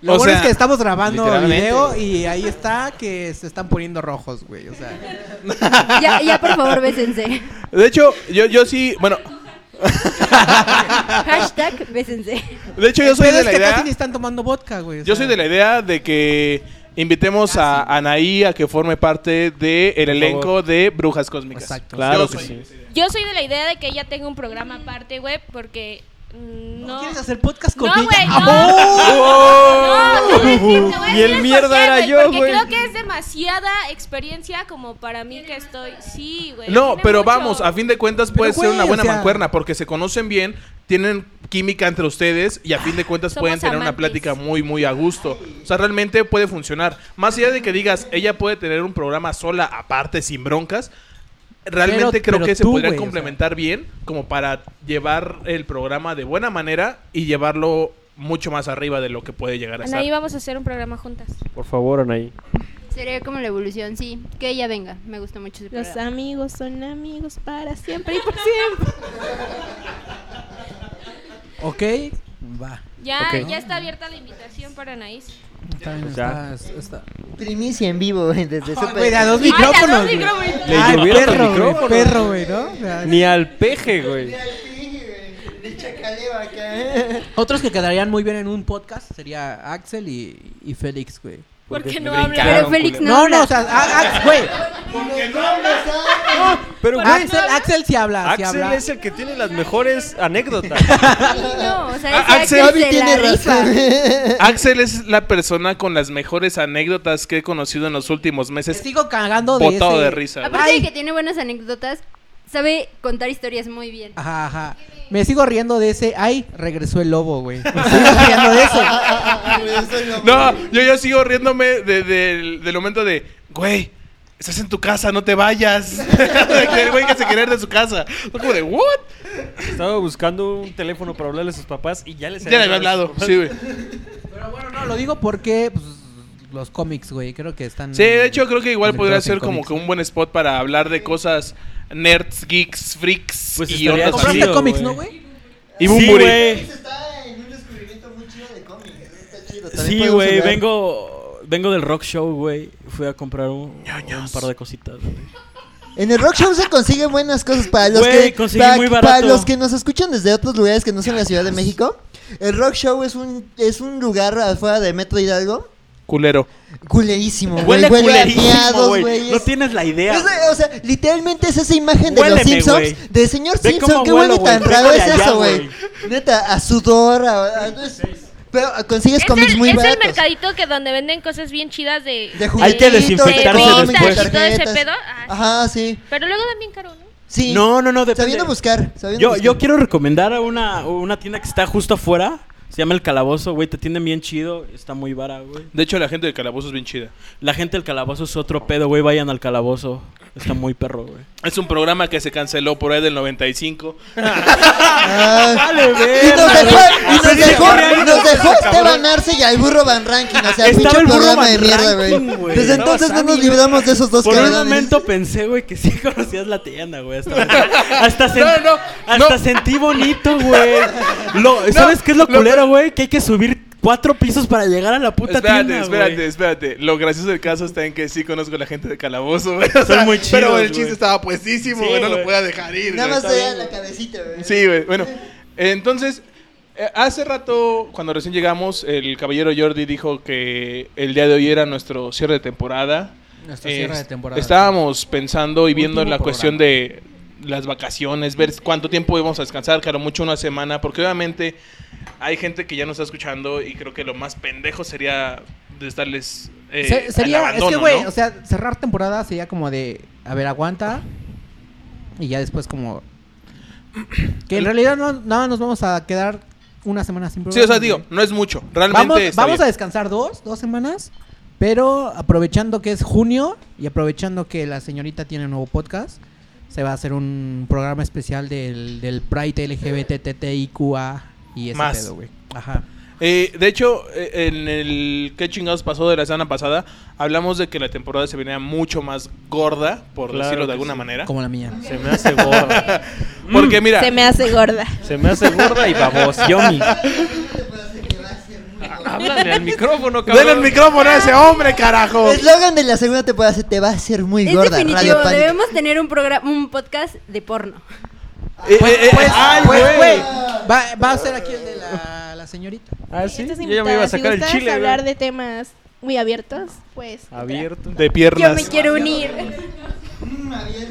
A: Lo
F: O
A: bueno
F: sea,
A: es que estamos grabando
F: literalmente,
A: video
F: güey.
A: y ahí está que se están poniendo rojos, güey. O sea,
H: Ya, ya, por favor, bésense.
F: De hecho, yo, yo sí, bueno,
H: Hashtag bésense.
F: de hecho yo soy
A: Pero
F: de
A: es
F: la
A: que
F: idea.
A: casi ni están tomando vodka, güey. o
F: Yo
A: sea.
F: soy de la idea de que invitemos a Anaí a que forme parte del el elenco de Brujas Cósmicas.
A: Exacto.
B: Claro
F: Yo
B: que
F: soy.
B: sí.
D: Yo soy de la idea de que ella tenga un programa aparte, güey, porque mm, no.
A: ¿Quieres hacer podcast con
D: No,
A: ella?
D: güey, no.
B: ¡Oh!
D: No, te voy a decir- te voy
B: Y
D: a
B: el
D: decir por
B: mierda
D: qué,
B: era
D: güey,
B: yo, güey.
D: Porque creo que es demasiada experiencia como para mí que estoy. Sí, güey.
F: No,
D: tiene
F: pero
D: mucho.
F: vamos, a fin de cuentas puede
A: Pero,
F: ser
A: güey,
F: una buena
A: o sea-
F: mancuerna porque se conocen bien, tienen química entre ustedes y a fin de cuentas
A: Ah,
D: Somos
F: pueden tener una
D: amantes.
F: plática muy, muy a gusto. O sea, realmente puede funcionar. Más allá de que digas, ella puede tener un programa sola, aparte, sin broncas. Realmente
A: Pero-
F: creo
A: pero
F: que se
A: tú,
F: podría
A: güey, o sea.
F: complementar bien como para llevar el programa de buena manera y llevarlo mucho más arriba de lo que puede llegar a ser.
D: Anaí, vamos a hacer un programa juntas.
B: Por favor, Anaí.
H: Sería como la evolución, sí. Que ella venga, me gustó mucho. su
I: Los
H: programa.
I: amigos son amigos para siempre y por siempre.
A: Ok, va.
D: Ya,
B: Ok.
D: ya está abierta la invitación para Anaís.
A: Está bien,
B: Pues ya.
A: está- está-
C: Primicia en vivo [laughs] güey, desde
A: Ah,
C: Super-
A: güey, a dos
D: Ay, a dos
A: micrófonos. güey.
D: micrófonos.
B: Le
A: Ay,
B: llovieron los
A: perro, güey,
B: micrófonos.
A: perro, güey, ¿no? O sea,
B: Ni al peje, güey.
C: De eh. chacaleo [laughs] acá.
A: Otros que quedarían muy bien en un podcast sería Axel y, y Félix, güey.
D: Porque no
E: me
D: habla.
E: brincaron.
H: Pero Félix no.
A: No, no,
H: habla.
A: o sea, a- Ax- güey.
C: Porque no hablas,
A: No,
B: Pero, güey,
A: Axel, Axel sí habla, sí
B: Axel
A: habla.
B: es el que tiene las mejores [laughs] anécdotas.
H: No, o sea,
F: Ah,
H: ese Axel
F: Axel, Abby
H: se la rifa.
F: [laughs] Axel es la persona con las mejores anécdotas que he conocido en los últimos
A: Les
F: meses.
A: sigo cagando de
F: Botado
A: ese-
F: de risa. güey.
H: Aparte
A: Ay.
H: de que tiene buenas anécdotas, sabe contar historias muy bien.
A: Ajá, ajá. Me sigo riendo de ese. Ay, regresó el lobo, güey. Me
F: [laughs]
A: sigo riendo de eso.
F: No, yo ya sigo riéndome de- de- del momento de, güey, estás en tu casa, no te vayas. [laughs] el güey que se quiere ir de su casa. Fue como de, ¿what?
B: Estaba buscando un teléfono para hablarle a sus papás y ya les
F: Ya le había hablado. Sí,
G: [laughs]
F: güey.
A: Pero bueno, no, lo digo porque pues, los cómics, güey, creo que están.
F: Sí, de hecho creo que igual podría
A: conectados en
F: ser como
A: cómics.
F: que un buen spot para hablar de cosas nerds, geeks, freaks
G: Pues
F: y ondas
G: estaría chido.
F: así.
A: Compraste
G: Chido,
A: cómics, ¿no,
G: güey.
A: güey?
F: Y
G: sí,
F: Bumburi.
G: güey.
C: este Está en un descubrimiento muy chido de cómics. ¿eh? Está chido. También
G: Sí,
C: podemos
G: güey.
C: hablar.
G: Vengo, vengo del rock show, güey. Fui a comprar un, un par de cositas. güey.
C: En el Rock Show se consiguen buenas cosas para los
G: Güey,
C: que
G: conseguí
C: para,
G: muy barato.
C: para los que nos escuchan desde otros lugares que no son la Ciudad de México. El Rock Show es un es un lugar afuera de Metro Hidalgo
F: Culero.
C: culerísimo, güey.
G: Huele
C: Huele a
G: culerísimo,
C: miados,
G: güey.
C: güey.
G: No
C: Es-
G: tienes la idea.
C: es de- o sea, literalmente es esa imagen de
G: Huéleme,
C: los Simpsons,
G: güey.
C: de señor
G: Ve
C: Simpson,
G: cómo
C: qué
G: huelo,
C: huele tan
G: güey.
C: raro
G: Vengo de
C: es
G: allá,
C: eso, güey. Neta, a sudor, a- a- es- pero consigues
D: Es,
C: cómics
D: el,
C: muy
D: es el
C: baratos.
D: mercadito que donde venden cosas bien chidas de...
C: De
G: Hay que
C: juguetitos,
G: desinfectarse
C: de
G: después.
C: cómics, de
D: Y todo ese
C: tarjetas.
D: pedo. Ah, sí.
C: Ajá, sí.
D: Pero luego dan bien caro, ¿no?
C: Sí.
G: No, no, no, depende.
C: Sabiendo buscar, sabiendo
G: Yo,
C: buscar.
G: yo quiero recomendar a una, una tienda que está justo afuera. Se llama El Calabozo, güey. Te tienden bien chido. Está muy vara, güey.
F: De hecho, la gente de Calabozo es bien chida.
G: La gente del Calabozo es otro pedo, güey. Vayan al Calabozo. Está muy perro, güey.
F: Es un programa que se canceló por ahí del
G: [laughs]
F: 95.
C: Ah.
G: ¡Vale,
C: Y nos dejó, y nos
G: Aprendí a
C: dejó,
G: correr,
C: y
G: no
C: nos dejó
G: seas
C: Esteban Arce y al burro Van Ranking. O sea,
G: Estaba
C: pinche
G: el burro
C: programa
G: Van
C: de mierda,
G: Ranking,
C: güey.
G: güey.
C: Desde
G: Estaba
C: entonces no
G: Sammy,
C: nos
G: güey.
C: libramos de esos dos
G: Por un
C: cabrones.
G: momento pensé, güey, que sí [laughs] conocías la tienda, güey. Hasta, hasta, sen-
F: No, no,
G: hasta
F: no.
G: sentí bonito, güey. Lo- ¿Sabes qué es lo
F: lo-
G: culero, güey? Que hay que subir cuatro pisos para llegar a la puta
F: Espérate,
G: tienda,
F: espérate,
G: güey.
F: espérate. Lo gracioso del caso está en que sí conozco a la gente de Calabozo, güey. O [laughs] sea,
G: muy chidos,
F: Pero el
G: güey.
F: chiste estaba puestísimo,
G: Sí,
F: güey. No
G: güey.
F: lo podía dejar ir.
C: Nada
F: güey.
C: más era la cabecita, güey.
F: Sí, güey. Bueno, entonces, eh, hace rato, cuando recién llegamos, el caballero Jordi dijo que el día de hoy era nuestro cierre de temporada.
A: Nuestro cierre de
F: Es-
A: temporada.
F: Estábamos pensando y viendo
A: Último
F: la cuestión de las vacaciones, ver cuánto tiempo íbamos a descansar, claro, mucho una semana, porque obviamente hay gente que ya nos está escuchando y creo que lo más pendejo sería de estarles... eh,
A: Se-
F: al
A: sería, es que,
F: abandono,
A: güey,
F: ¿no?
A: o sea, cerrar temporada sería como de, a ver, aguanta. Y ya después, como. Que en realidad no, nada, nos vamos a quedar una semana sin
F: Sí, o sea,
A: programa,
F: digo,
A: güey.
F: no es mucho, realmente
A: Vamos,
F: está
A: vamos a
F: bien.
A: descansar dos, dos semanas. Pero aprovechando que es junio y aprovechando que la señorita tiene un nuevo podcast, se va a hacer un programa especial del, del Pride LGBTTIQA y ese
F: Más.
A: pedo, güey. Ajá.
F: Eh, de hecho, eh, en el ¿Qué chingados pasó de la semana pasada? Hablamos de que la temporada se venía mucho más gorda, por
B: Claro
F: decirlo de
B: que
F: alguna
B: sí.
F: manera.
A: Como la mía.
B: Se me hace gorda.
A: Mm.
F: Porque mira,
I: Se me hace gorda.
B: Se me hace gorda y babosa.
G: Yomi.
B: Ah, Háblale al micrófono, cabrón.
F: [laughs] denle el micrófono a ese hombre, carajo.
C: Eslogan de la segunda temporada se te va a hacer muy
H: Es
C: gorda.
H: definitivo,
C: Radio Pánico.
H: debemos tener un programa, un podcast de porno.
F: Eh, eh, eh,
A: Pues,
F: ay,
A: pues,
F: güey.
A: güey, Va, va a ser aquí el de la, la señorita.
B: Ah, sí.
I: Estás
B: Yo ya me iba
I: invitada.
B: a sacar
I: si
B: el
I: gustas
B: chile,
I: hablar
B: güey.
I: de temas muy abiertos, pues.
B: Abierto.
F: De
H: Yo me
F: piernas.
H: quiero unir.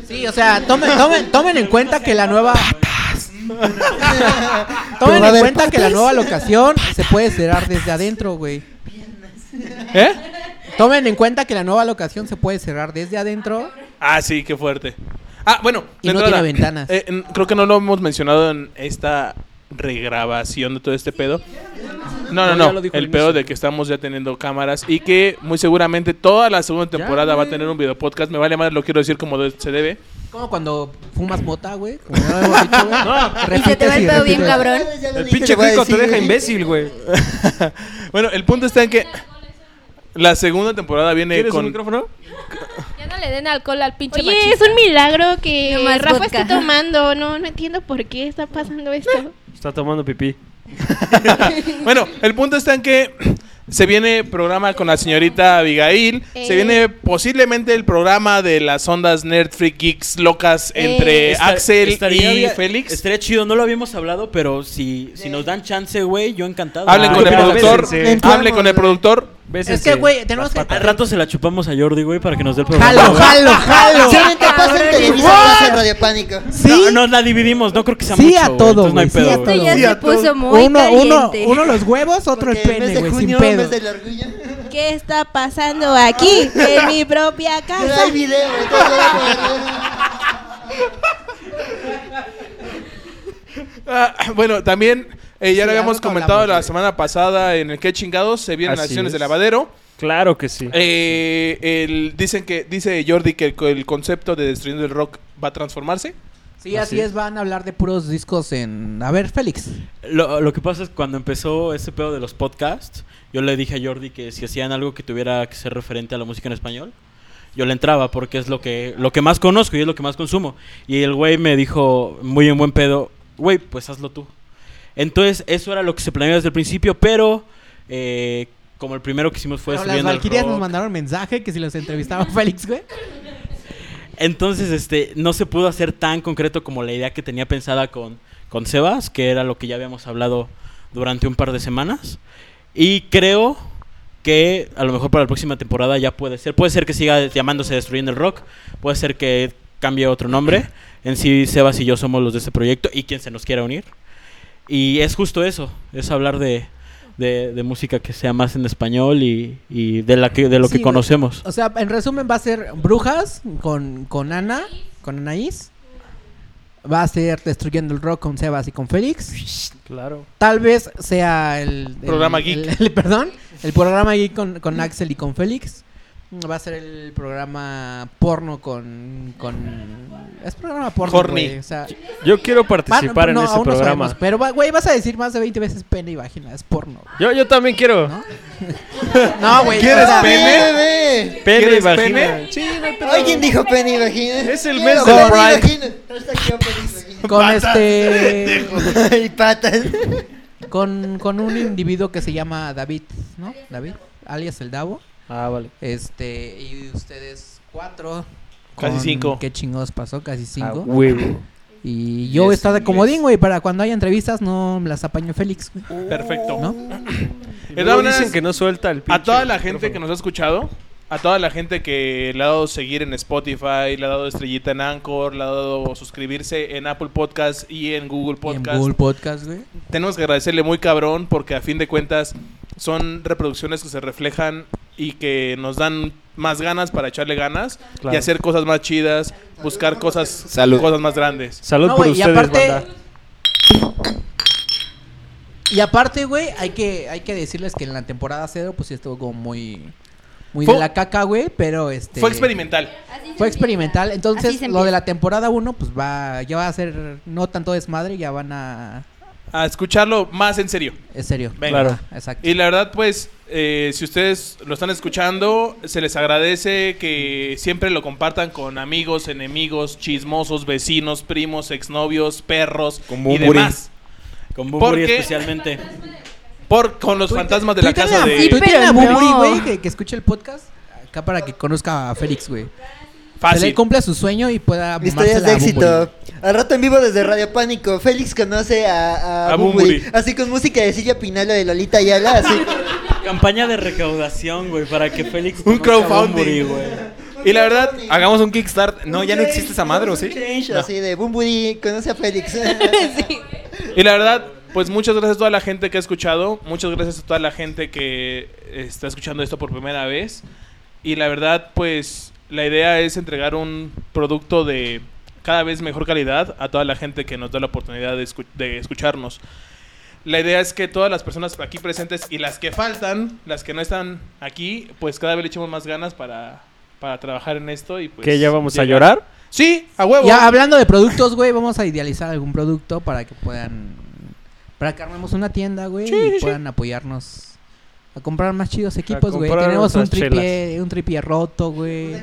A: Sí, o sea, tomen, tomen, tomen en cuenta que la nueva. tomen [laughs]
C: Pero va a
A: en
C: haber
A: cuenta que la
C: patas.
A: nueva locación se puede cerrar desde adentro, güey.
F: ¿Eh?
A: Tomen en cuenta que la nueva locación se puede cerrar desde adentro.
F: Ah, sí, qué fuerte. Ah, bueno.
A: Y
F: de
A: no
F: entrada,
A: tiene ventanas.
F: eh, n- creo que no lo hemos mencionado en esta regrabación de todo este pedo.
B: No,
F: No, no,
B: ya
F: no.
B: lo dijo al
F: El pedo
B: inicio.
F: de que estamos ya teniendo cámaras y que muy seguramente toda la segunda temporada va a tener un video podcast. Me vale madre, lo quiero decir como de- se debe. [laughs]
A: Como cuando fumas mota, güey.
C: [laughs]
A: Como ya lo hemos dicho, güey.
H: Y se te va el
A: Repites
H: pedo bien
A: repites.
H: cabrón.
C: Ya lo
B: El
C: dije,
B: pinche
C: lo voy a
B: crico te
C: decir,
B: deja
C: güey.
B: imbécil, güey.
F: bueno, el punto está en que la segunda temporada viene
B: ¿Quieres un
F: con.
B: micrófono?
D: Ya no le den alcohol al pinche
I: Oye, es
D: machista.
I: un milagro que
H: No más
I: Rafa
H: vodka.
I: esté tomando. No, no entiendo por qué está pasando esto.
B: Está tomando pipí.
F: [laughs] Bueno, el punto está en que Se viene programa con la señorita Abigail. Se
I: Eh.
F: viene posiblemente el programa de las ondas Nerd Freak Geeks locas
I: Eh.
F: entre
G: Estar-
F: Axel
G: estaría
F: y
G: bien-
F: Félix.
B: este
G: Estaría chido, no lo habíamos hablado, pero si, si nos dan chance, güey, yo encantado.
F: Hablen
B: Ah,
F: con el
B: pero
F: productor.
B: bésense.
A: Entramos,
F: Hable con el
A: güey.
F: productor.
A: Es que, güey, tenemos que.
G: Al rato se la chupamos a Jordi, güey, para que nos dé el programa.
A: Jalo, jalo, jalo.
C: Si no te pasa el televisor, pasa el radio pánico.
A: Sí,
G: No, no, la dividimos, no creo que sea
A: Sí
G: mucho.
A: a
G: güey,
A: todo,
G: entonces no hay
A: güey, sí
G: pedo,
A: a
H: Esto
A: todo.
G: güey.
H: [laughs] ya
C: Sí,
H: se
C: a
H: puso
C: todo.
H: muy
A: uno, uno,
H: caliente.
A: uno los huevos, otro el
C: Porque en vez
A: pene,
C: de
A: güey, sin
C: junio, en
A: pedo.
C: vez del orgullo.
I: ¿Qué está pasando aquí en mi propia
C: Pero
I: casa?
C: hay video, entonces lo voy a
A: [laughs]
C: poder ver.
F: Ah, bueno, también eh, ya lo habíamos
A: ahorita
F: comentado
A: hablamos,
F: la
A: güey.
F: semana pasada en el que chingados se vienen
B: Así
F: las acciones de
B: es.
F: lavadero.
B: Claro que sí.
F: Eh, el- dicen que dice Jordi que el, co- el concepto de Destruyendo el Rock va a transformarse.
A: Sí, así es, van a hablar de puros discos en. A ver, Félix.
G: Lo, lo que pasa es que cuando empezó ese pedo de los podcasts, yo le dije a Jordi que si hacían algo que tuviera que ser referente a la música en español, yo le entraba porque es lo que, lo que más conozco y es lo que más consumo. Y el güey me dijo, muy en buen pedo, güey, pues hazlo tú. Entonces, eso era lo que se planeó desde el principio, pero eh, como el primero que hicimos fue
H: Pues
A: Pero las
G: subiendo el
A: Valquirias nos
G: rock,
A: mandaron mensaje que si los entrevistaba [laughs] Félix, güey.
G: Entonces, este, no se pudo hacer tan concreto como la idea que tenía pensada con, con Sebas, que era lo que ya habíamos hablado durante un par de semanas. Y creo que a lo mejor para la próxima temporada ya puede ser. Puede ser que siga llamándose Destruyendo el Rock, puede ser que cambie otro nombre. En sí, Sebas y yo somos los de este proyecto y quien se nos quiera unir. Y es justo eso, es hablar de, de- de música que sea más en español y, y de, la que, de lo
A: Sí,
G: que
A: güey.
G: conocemos.
A: O sea, en resumen va a ser Brujas con, con Ana, con Anaís. Va a ser Destruyendo el Rock con Sebas y con Félix.
B: Claro.
A: Tal vez sea el... el-
F: Programa geek.
A: el- el- perdón, el programa geek con, con Axel y con Félix. Va a ser el programa porno con... con es programa porno,
F: Horny.
A: güey. O sea,
B: Yo quiero
A: va-
B: participar en
A: no,
B: ese
A: aún no
B: programa.
A: sabemos, pero, va- güey, vas a decir más de 20 veces pene y vagina. Es porno. güey.
B: yo, yo también quiero.
F: [laughs]
A: No, güey.
F: ¿Quieres
A: o sea,
F: pene?
C: Bebé.
B: Pene y
F: ¿Quieres
B: vagina.
F: pene?
B: Sí, no hay pedo.
C: Alguien dijo Penny Vagina.
B: Es el mes
C: Quiero
B: de
C: Penny
B: Pride.
C: Vagina. Hashtag quiero Penny
A: Con este...
F: [laughs]
C: Vagina. Y patas.
A: con, con un individuo que se llama David, ¿no? David, alias el Davo.
B: Ah, vale.
A: Este, y ustedes cuatro.
F: Casi
A: con-
F: cinco.
A: ¿Qué chingados pasó? Casi
B: Ah,
A: cinco.
B: huevo.
A: y yo
G: Yes,
A: estaba de
G: yes.
A: comodín, güey, para cuando haya entrevistas no me las apaño Félix, güey,
F: Perfecto. [clears throat]
A: ¿no?
F: De todas
B: Ah. Luego
F: maneras,
B: dicen que no suelta el
F: a
B: pinche
F: toda la gente
B: micrófono.
F: que nos ha escuchado, a toda la gente que le ha dado seguir en Spotify, le ha dado estrellita en Anchor, le ha dado suscribirse en Apple Podcast y en Google
A: Y En
F: Podcast.
A: Google Podcast, güey.
F: tenemos que agradecerle muy cabrón porque a fin de cuentas son reproducciones que se reflejan y que nos dan más ganas para echarle ganas
B: Claro.
F: y hacer cosas más chidas, buscar cosas,
E: Salud.
F: cosas más grandes.
B: Salud
A: No,
B: por
A: güey, y
B: ustedes,
A: aparte-
B: banda.
A: Y aparte, güey, hay que, hay que decirles que en la temporada cero, pues sí estuvo como muy, muy
F: Fue-
A: de la caca, güey, pero este.
F: Fue experimental.
A: Fue experimental,
H: Así
A: entonces
H: se
A: lo de
H: empieza.
A: la temporada 1 pues va ya va a ser no tanto desmadre, ya van a
F: A escucharlo más en serio.
A: es serio.
F: Venga.
B: Claro.
A: Ah, Exacto.
F: Y la verdad, pues, eh, si ustedes lo están escuchando, se les agradece que siempre lo compartan con amigos, enemigos, chismosos, vecinos, primos, exnovios, perros
E: Con
F: y
E: Bumburi.
F: demás.
G: Con Bumburi
F: Porque-
G: especialmente.
F: Por, con los fantasmas de la
A: Tuiteale
F: casa
A: a-
F: de...
H: Sí, pero
A: tuiteale a
H: no.
A: Bumburi, güey, que, que escuche el podcast acá para que conozca a Félix, güey. Se le
F: Fácil.
A: cumpla su sueño y pueda
C: Historias
A: mamársela
C: de
A: a Bumburi.
C: éxito. Al rato en vivo desde Radio Pánico. Félix conoce a, a,
F: A
C: Bumburi.
F: Bumburi.
C: Así con música de Silvia Pinal o de Lolita Ayala. Así.
G: Campaña de recaudación, güey, para que Félix.
F: Un
G: conozca a
F: crowdfunding.
G: Bunbury, güey.
F: Y la verdad,
E: Hagamos un Kickstart. No, ya no existe esa madre, ¿o
C: Un
E: sí?
C: change Así de Bumburi conoce a Félix.
F: Y la verdad, pues muchas gracias a toda la gente que ha escuchado, muchas gracias a toda la gente que está escuchando esto por primera vez. Y la verdad, pues la idea es entregar un producto de cada vez mejor calidad a toda la gente que nos da la oportunidad de, escu- de escucharnos. La idea es que todas las personas aquí presentes y las que faltan, las que no están aquí, pues cada vez le echemos más ganas para, para trabajar en esto y pues...
B: que ya vamos a
F: llegar.
B: llorar.
F: Sí, a huevo.
A: Ya hablando de productos, güey, vamos a idealizar algún producto para que puedan para que armemos una tienda, güey, y puedan apoyarnos a comprar más chidos equipos, güey.
B: comprar
A: Tenemos un
B: nuestras
A: tripié, un tripié roto, güey.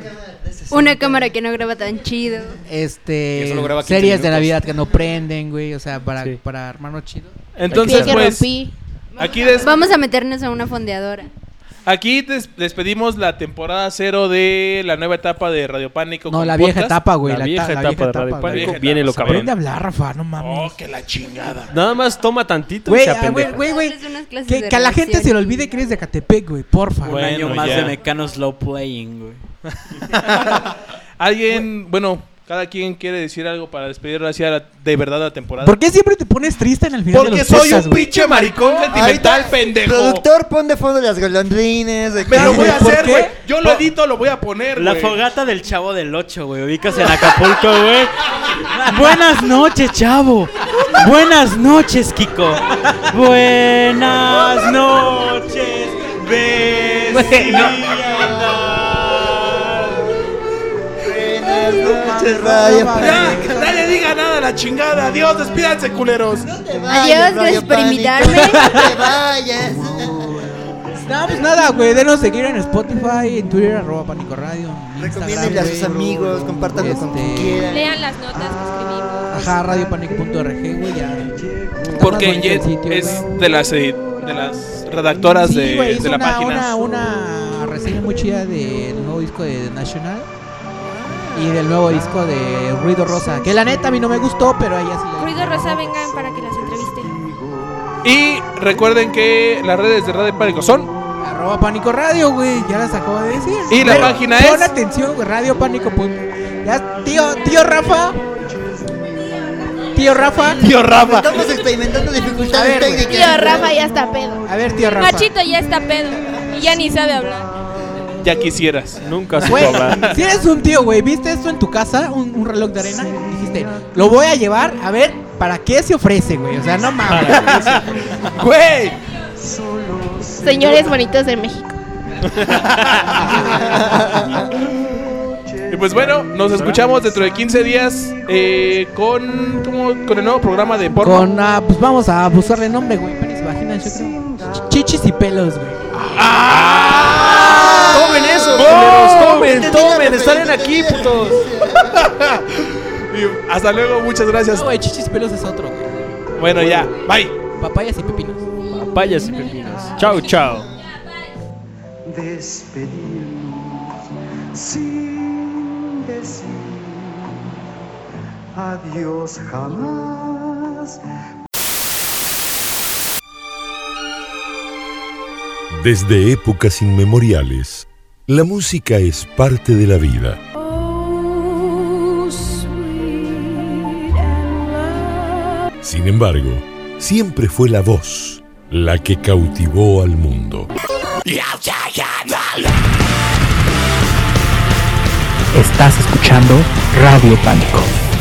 H: Una cámara que no graba tan chido.
A: este
E: Que solo graba 15
A: series de
E: minutos.
A: Navidad que no prenden, güey, o sea, para,
B: Sí.
A: para armarnos chido.
F: Entonces,
I: Que
F: pues,
I: rompí.
F: aquí des-
H: Vamos a meternos a una fondeadora.
F: Aquí des- despedimos la temporada cero de la nueva etapa de Radio Pánico.
A: No,
F: con
A: la vieja
F: podcast.
A: etapa, Ah, güey.
B: la,
A: ta-
B: vieja etapa de Radio
A: güey.
B: Pánico
F: güey.
B: viene lo
F: Vieja etapa,
A: Aprende a
B: cabrón.
A: hablar, Rafa, no mames.
F: Oh, que la chingada.
B: Nada más toma tantito y
A: Güey,
B: se
A: ah, güey,
B: apendeja.
A: güey, güey.
H: Darles unas clases
A: Que,
H: de
A: que a la gente se
H: redacción
A: le
H: y-
A: olvide que eres de Catepec, güey, porfa.
G: Un
F: Bueno,
G: año más
F: ya.
G: de Mecano Slow Playing, güey.
F: [laughs] Alguien, bueno, cada quien quiere decir algo para despedir hacia la- de verdad la temporada.
A: ¿Por qué siempre te pones triste en el final de
F: Porque
A: los
F: soy
A: podcasts,
F: un
A: güey?
F: pinche maricón sentimental,
C: Ahorita,
F: pendejo.
C: Productor, pon de fondo las golondrinas. de
F: Me
C: que-
F: lo voy a
A: ¿Por
F: hacer,
A: qué?
F: güey. Yo lo edito, lo voy a poner,
G: La
F: güey.
G: fogata del chavo del 8, güey. Ubicas en Acapulco, [laughs] güey. Buenas noches, chavo. Buenas noches, Kiko. Buenas noches, vecina.
C: Buenas noches,
A: no
C: Radio
A: mames.
F: Ya,
C: Pánico.
F: nadie diga nada a la chingada. Adiós, despídanse, culeros.
C: Te
H: Adiós,
C: vayas,
H: gracias
C: Radio
H: por
C: Pánico.
H: invitarme.
C: No [laughs] te vayas.
A: No, pues nada, güey, denos seguir en Spotify, en Twitter, arroba Pánico Radio. en Instagram,
C: Recomiéndenle a sus
A: güey.
C: amigos, compártanlo con quien
A: Este,
C: quieran.
D: Lean las notas que escribimos.
A: Ajá, radiopanic.org, güey, ya. Está
F: Porque
A: más bonito el
F: Jet
A: sitio, güey.
F: es de las, eh, de las redactoras
A: Sí,
F: de,
A: güey,
F: de
A: hizo
F: la
A: una, Una,
F: página.
A: una reseña muy chida del nuevo disco de The National y del nuevo disco de Ruido Rosa. Que la neta a mí no me gustó, pero a ella sí le
D: Ruido Rosa, vengan para que las entreviste.
F: Y recuerden que las redes de Radio Pánico son.
A: Arroba Pánico Radio, güey, ya las acabo de decir.
F: Y la
A: Pero
F: página
A: pon
F: es-
A: atención, güey, Radio Pánico. punto. Ya, tío, tío Rafa. Tío Rafa.
F: Tío Rafa.
C: Estamos experimentando
A: A ver,
C: dificultades
A: güey.
C: técnicas.
I: Tío
B: pues.
I: Rafa ya está pedo.
A: A ver,
D: Ah,
A: tío Rafa.
D: Machito ya está pedo. Y ya ni sabe hablar.
F: Ya quisieras.
B: Nunca
F: [laughs]
B: supo
A: Güey,
B: hablar.
A: si eres un tío, güey, viste esto en tu casa, un, un reloj de arena, dijiste, lo voy a llevar a ver para qué se ofrece, güey. O sea, no mames.
F: ¡Güey!
I: Señores bonitos de México.
C: [laughs]
F: Y pues bueno, nos escuchamos dentro de 15 días eh, con, ¿cómo? con el nuevo programa de porno.
A: Con, ah, pues vamos a buscarle nombre, güey. Penes, vaginas, yo creo. Ch- Chichis y pelos, güey.
F: ¡Ah! ¡Oh! ¡Tomen eso, culeros! ¡Tomen, tomen! ¡Están aquí, putos! [laughs] Y hasta luego, muchas gracias.
A: No, güey, chichis y pelos es otro, güey.
F: Bueno, ya. Bye.
A: Papayas y pepinos.
B: Papayas y pepinos. Chao, chao.
J: despedirnos sin decir adiós jamás.
K: Desde épocas inmemoriales, la música es parte de la vida. Sin embargo, siempre fue la voz la que cautivó al mundo.
A: Estás escuchando Radio Pánico.